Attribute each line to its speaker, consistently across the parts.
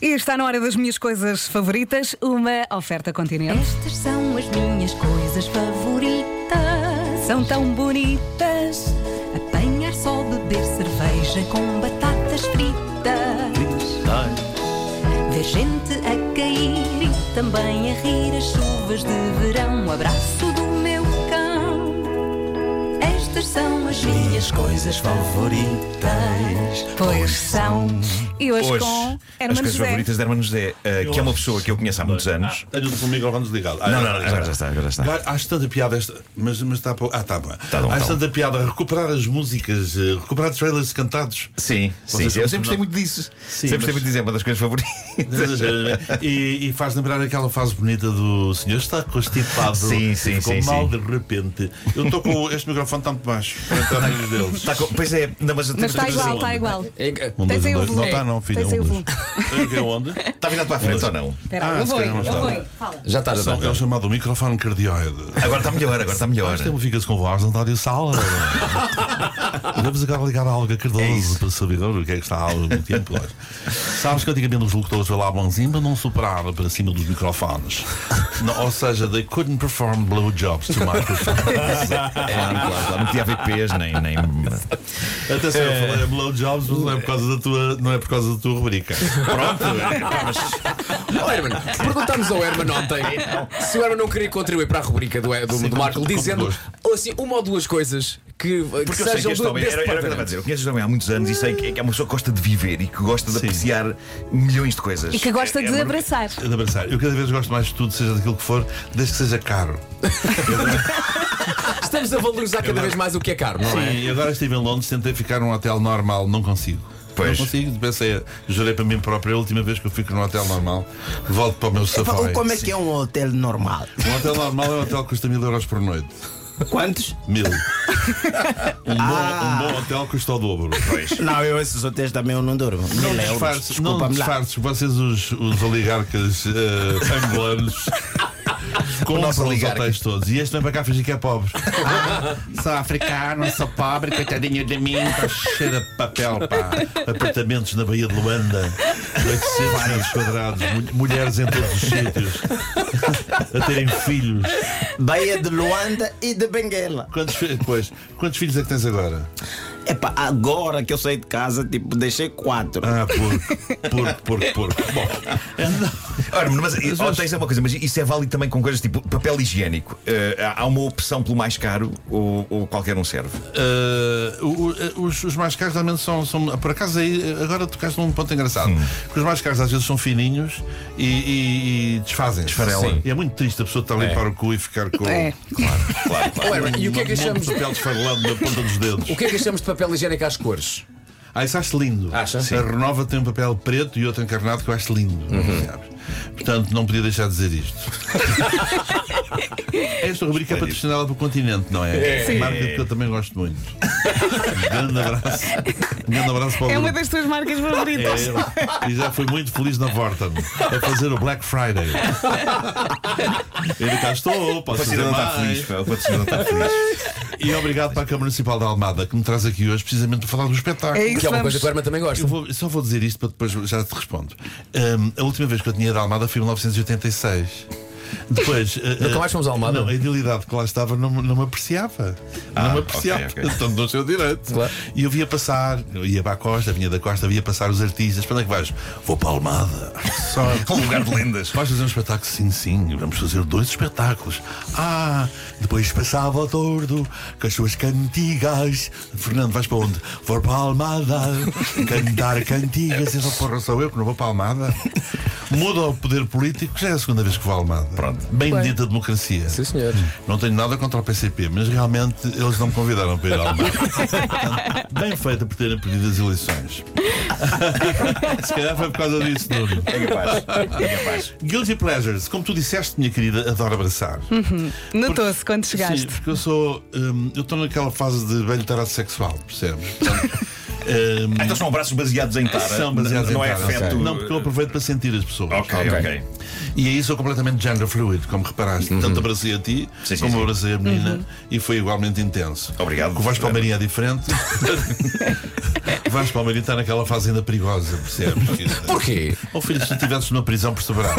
Speaker 1: E está na hora das minhas coisas favoritas, uma oferta continente.
Speaker 2: Estas são as minhas coisas favoritas. São tão bonitas. Apanhar só, beber cerveja com batatas fritas. Ver gente a cair e também a rir as chuvas de verão. O abraço do meu cão. Estas são as minhas coisas favoritas. Pois são.
Speaker 1: E hoje,
Speaker 3: Hoje,
Speaker 1: com
Speaker 3: as
Speaker 1: Herman
Speaker 3: coisas
Speaker 1: José.
Speaker 3: favoritas de Hermano José, eh, que é uma pessoa que é eu conheço há muitos anos.
Speaker 4: Ah, Tenho o microfone desligado. Ah,
Speaker 3: Não, não,
Speaker 4: ah,
Speaker 3: já, já está, já está.
Speaker 4: Claro, Acho tanta piada esta. Mas, mas está pouco. Ah, está bom.
Speaker 3: Tá bom,
Speaker 4: acho
Speaker 3: tá bom.
Speaker 4: tanta piada recuperar as músicas, eh, recuperar os trailers cantados.
Speaker 3: Sim, sim,
Speaker 4: Vocês
Speaker 3: sim. Eu
Speaker 4: são
Speaker 3: sempre gostei muito disso. sempre gostei
Speaker 4: mas-
Speaker 3: muito disso, é uma das coisas favoritas.
Speaker 4: e, e faz lembrar aquela fase bonita do senhor está constipado.
Speaker 3: Sim, sim,
Speaker 4: ficou
Speaker 3: sim,
Speaker 4: mal
Speaker 3: sim.
Speaker 4: de repente. Eu estou com este microfone tão baixo. Para a amigos deles.
Speaker 3: Tá com- Pois é, não, mas
Speaker 1: Mas
Speaker 3: temos-
Speaker 1: está
Speaker 3: temos-
Speaker 1: igual, está igual.
Speaker 4: Um,
Speaker 1: Tens
Speaker 4: dois,
Speaker 1: aí
Speaker 4: um,
Speaker 1: o
Speaker 4: dois. Não
Speaker 1: volume.
Speaker 4: está, não, filho.
Speaker 1: Tens aí o
Speaker 4: um,
Speaker 1: volume.
Speaker 4: dois. Tem que ir onde?
Speaker 3: Está Tá virado para a frente ou não?
Speaker 1: Espera,
Speaker 4: Ah,
Speaker 1: eu
Speaker 4: se
Speaker 1: vou,
Speaker 4: calhar
Speaker 1: eu
Speaker 4: não está.
Speaker 1: vou.
Speaker 5: Já está, já
Speaker 4: São- É
Speaker 5: está.
Speaker 4: o chamado microfone cardioide.
Speaker 3: Agora está melhor, agora está melhor.
Speaker 4: Isto é uma fica-se com voz de rádio sala. Vamos agora ligar a Alga Cardoso
Speaker 3: É isso.
Speaker 4: para saber o que é que está há algum tempo hoje. Sabes que antigamente os locutores lá bonzinho para não soprar para cima dos microfones. Não, ou seja, they couldn't perform blowjobs to microphones.
Speaker 3: É, não, claro, claro, não tinha VPs, nem. nem...
Speaker 4: Atenção,
Speaker 3: É.
Speaker 4: eu falei blowjobs, mas não é por causa da tua, não é por causa da tua rubrica.
Speaker 5: Ó, Herman, perguntámos ao Herman ontem se o Herman não queria contribuir para a rubrica do, do, do Marco,
Speaker 4: com- com
Speaker 5: dizendo
Speaker 4: gosto.
Speaker 5: ou assim, uma ou duas coisas que, que
Speaker 3: Porque eu sei que
Speaker 5: sejam
Speaker 3: este
Speaker 5: do,
Speaker 3: homem,
Speaker 5: desse
Speaker 3: era, era o que eu estava a
Speaker 5: departamento.
Speaker 3: dizer, eu conheço este homem há muitos anos e sei que que é uma pessoa que gosta de viver e que gosta de apreciar milhões de coisas.
Speaker 1: E que gosta
Speaker 3: É- é
Speaker 1: de
Speaker 3: uma-
Speaker 1: abraçar.
Speaker 4: De abraçar. Eu cada vez gosto mais de tudo, seja daquilo que for, desde que seja caro.
Speaker 5: Estamos a valorizar cada vez mais o que é caro, não é?
Speaker 4: Sim, e agora estive em Londres, tentei ficar num hotel normal, não consigo.
Speaker 3: Pois.
Speaker 4: Não consigo, pensei, jurei para mim próprio, a última vez que eu fico num hotel normal, volto para o meu safari.
Speaker 6: Como é que é um hotel normal?
Speaker 4: Um hotel normal é um hotel que custa mil euros por noite.
Speaker 6: Quantos?
Speaker 4: Mil. Um bom, um bom hotel custa o dobro. Pois.
Speaker 6: Não, eu esses hotéis também eu não durmo.
Speaker 4: Não
Speaker 6: Mil euros.
Speaker 4: disfarces, não
Speaker 6: Desculpa-me lá.
Speaker 4: disfarces. Vocês, os, os oligarcas eh, angolanos, compram os
Speaker 3: oligarcas?
Speaker 4: hotéis todos. E este vem para cá fingir que é pobre.
Speaker 6: Sou africano, sou pobre, coitadinho de mim.
Speaker 4: Está tá cheio de papel, pá. Apartamentos na Baía de Luanda, 800 metros quadrados, mul- mulheres em todos os sítios, a terem filhos.
Speaker 6: Bahia de Luanda e de Benguela.
Speaker 4: Quantos, fi- pois, quantos filhos é que tens agora?
Speaker 6: Epá, agora que eu saí de casa, tipo, deixei quatro.
Speaker 4: Ah, porco, porco, porco, porco. Bom,
Speaker 3: Ora, mas mas hotéis é uma coisa, mas isso é válido também com coisas tipo papel higiênico. Eh, há- há uma opção pelo mais caro ou, ou qualquer um serve?
Speaker 4: eh, o- o- os, os mais caros realmente são, são- Por acaso, aí, eh, agora tocaste num ponto engraçado. Porque os mais caros às vezes são fininhos e, e, e desfazem.
Speaker 3: Desfarelam.
Speaker 4: E é muito triste a pessoa estar ali para o cu e ficar com.
Speaker 1: É.
Speaker 3: Claro, claro.
Speaker 5: Ó, Herman, e o que é que
Speaker 4: um monte
Speaker 5: achamos?
Speaker 4: de papel desfarelado na ponta dos dedos.
Speaker 5: O que é que achamos de papel higiênico às cores?
Speaker 4: Ah, isso acho lindo.
Speaker 5: Acha?
Speaker 4: A Renova tem um papel preto e outro encarnado que eu acho lindo.
Speaker 5: Uhum.
Speaker 4: sabes? Portanto, não podia deixar de dizer isto. Esta rubrica é patrocinada pelo continente, não é?
Speaker 5: É. Sim.
Speaker 4: Marca que eu também gosto muito. Um grande abraço. Um grande abraço para o
Speaker 1: É uma
Speaker 4: grupo.
Speaker 1: das tuas marcas favoritas.
Speaker 4: É, e já fui muito feliz na Vorten a fazer o Black Friday. Ele cá estou,
Speaker 3: O
Speaker 4: posso fazer
Speaker 3: patrocinador
Speaker 5: tá
Speaker 3: está
Speaker 4: mais.
Speaker 3: feliz, pá, o patrocinador está feliz.
Speaker 4: E obrigado para a Câmara Municipal da Almada que me traz aqui hoje precisamente para falar do espetáculo.
Speaker 1: É
Speaker 5: Que é
Speaker 1: isso,
Speaker 5: uma coisa
Speaker 1: vamos.
Speaker 5: que o Herman também gosta.
Speaker 4: Eu vou- só vou dizer isto para depois já te respondo. Ahm, a última vez que eu tinha ido à Almada foi em 1986. Depois. ah,
Speaker 5: Nunca
Speaker 4: ah,
Speaker 5: mais fomos à Almada?
Speaker 4: Não, a idilidade que lá estava não, me- não me apreciava.
Speaker 3: Ah,
Speaker 4: não me
Speaker 3: ok,
Speaker 4: apreciava.
Speaker 3: ok.
Speaker 4: Então não sei o direito.
Speaker 5: Claro.
Speaker 4: E eu via passar, eu ia para a Costa, vinha da Costa, via passar os artistas. Para onde é que vais? Vou para a Almada. Só.
Speaker 3: Um lugar de lendas.
Speaker 4: Vais fazer um espetáculo? Sim, sim, vamos fazer dois espetáculos. Ah, depois passava o tordo com as suas cantigas. Fernando, vais para onde? Vou para a Almada cantar cantigas. E só porra, sou eu que não vou para a Almada. Muda o poder político, já é a segunda vez que vou à Almada.
Speaker 3: Pronto.
Speaker 4: Bendita democracia.
Speaker 5: Sim, senhor.
Speaker 4: Não tenho nada contra o PCP, mas realmente eles não me convidaram para ir ao mar. Portanto, Bem feita por terem perdido as eleições. Se calhar foi por causa disso, Nuno.
Speaker 3: É capaz. É capaz.
Speaker 4: Guilty Pleasures, como tu disseste, minha querida, adoro abraçar. É.
Speaker 1: Notou-se quando chegaste.
Speaker 4: Sim, porque eu sou. hum, eu estou naquela fase de velho tarado sexual, percebes? Portanto, Ahm,
Speaker 3: Ah, então são abraços baseados em tara.
Speaker 4: são baseados
Speaker 3: não
Speaker 4: em
Speaker 3: é
Speaker 4: tara.
Speaker 3: afeto.
Speaker 4: Não, porque eu aproveito para sentir as pessoas.
Speaker 3: Ok, ok.
Speaker 4: E aí sou completamente gender fluid, como reparaste. Tanto abracei a ti,
Speaker 3: Sim, sim,
Speaker 4: como
Speaker 3: sim.
Speaker 4: abracei a menina, e foi igualmente intenso.
Speaker 3: Obrigado.
Speaker 4: O Vasco Palmeirinho é diferente. o Vasco Palmeirinho está naquela fase ainda perigosa, percebes?
Speaker 5: Porquê?
Speaker 4: Ou Oh, filho, se tu estivesses numa prisão por soberano.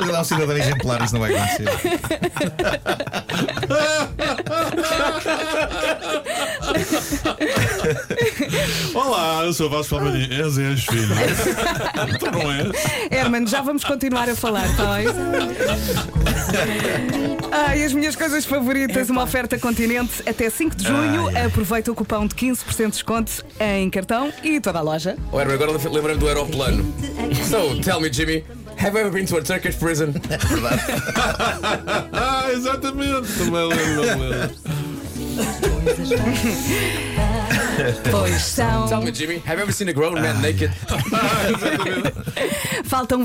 Speaker 3: Ele é um cidadão exemplar, isso não vai acontecer.
Speaker 4: Olá, eu sou o Vasco Palmeirinho. És, és, filho. tu não és?
Speaker 1: Herman, já vamos continuar a falar, tá bem? Ai, as minhas coisas favoritas, uma oferta continente até 5 de junho. Aproveita o cupom de 15% de desconto em cartão e toda a loja.
Speaker 5: Oh, Herman, agora lembrei-me do aeroplano. So, tell me, Jimmy, have you ever been to a Turkish prison?
Speaker 4: Ah, exatamente. Também lembro, lembro.
Speaker 1: Pois
Speaker 5: Tell
Speaker 1: são.
Speaker 5: me, Jimmy, have you ever seen a grown man naked?
Speaker 1: Faltam 20.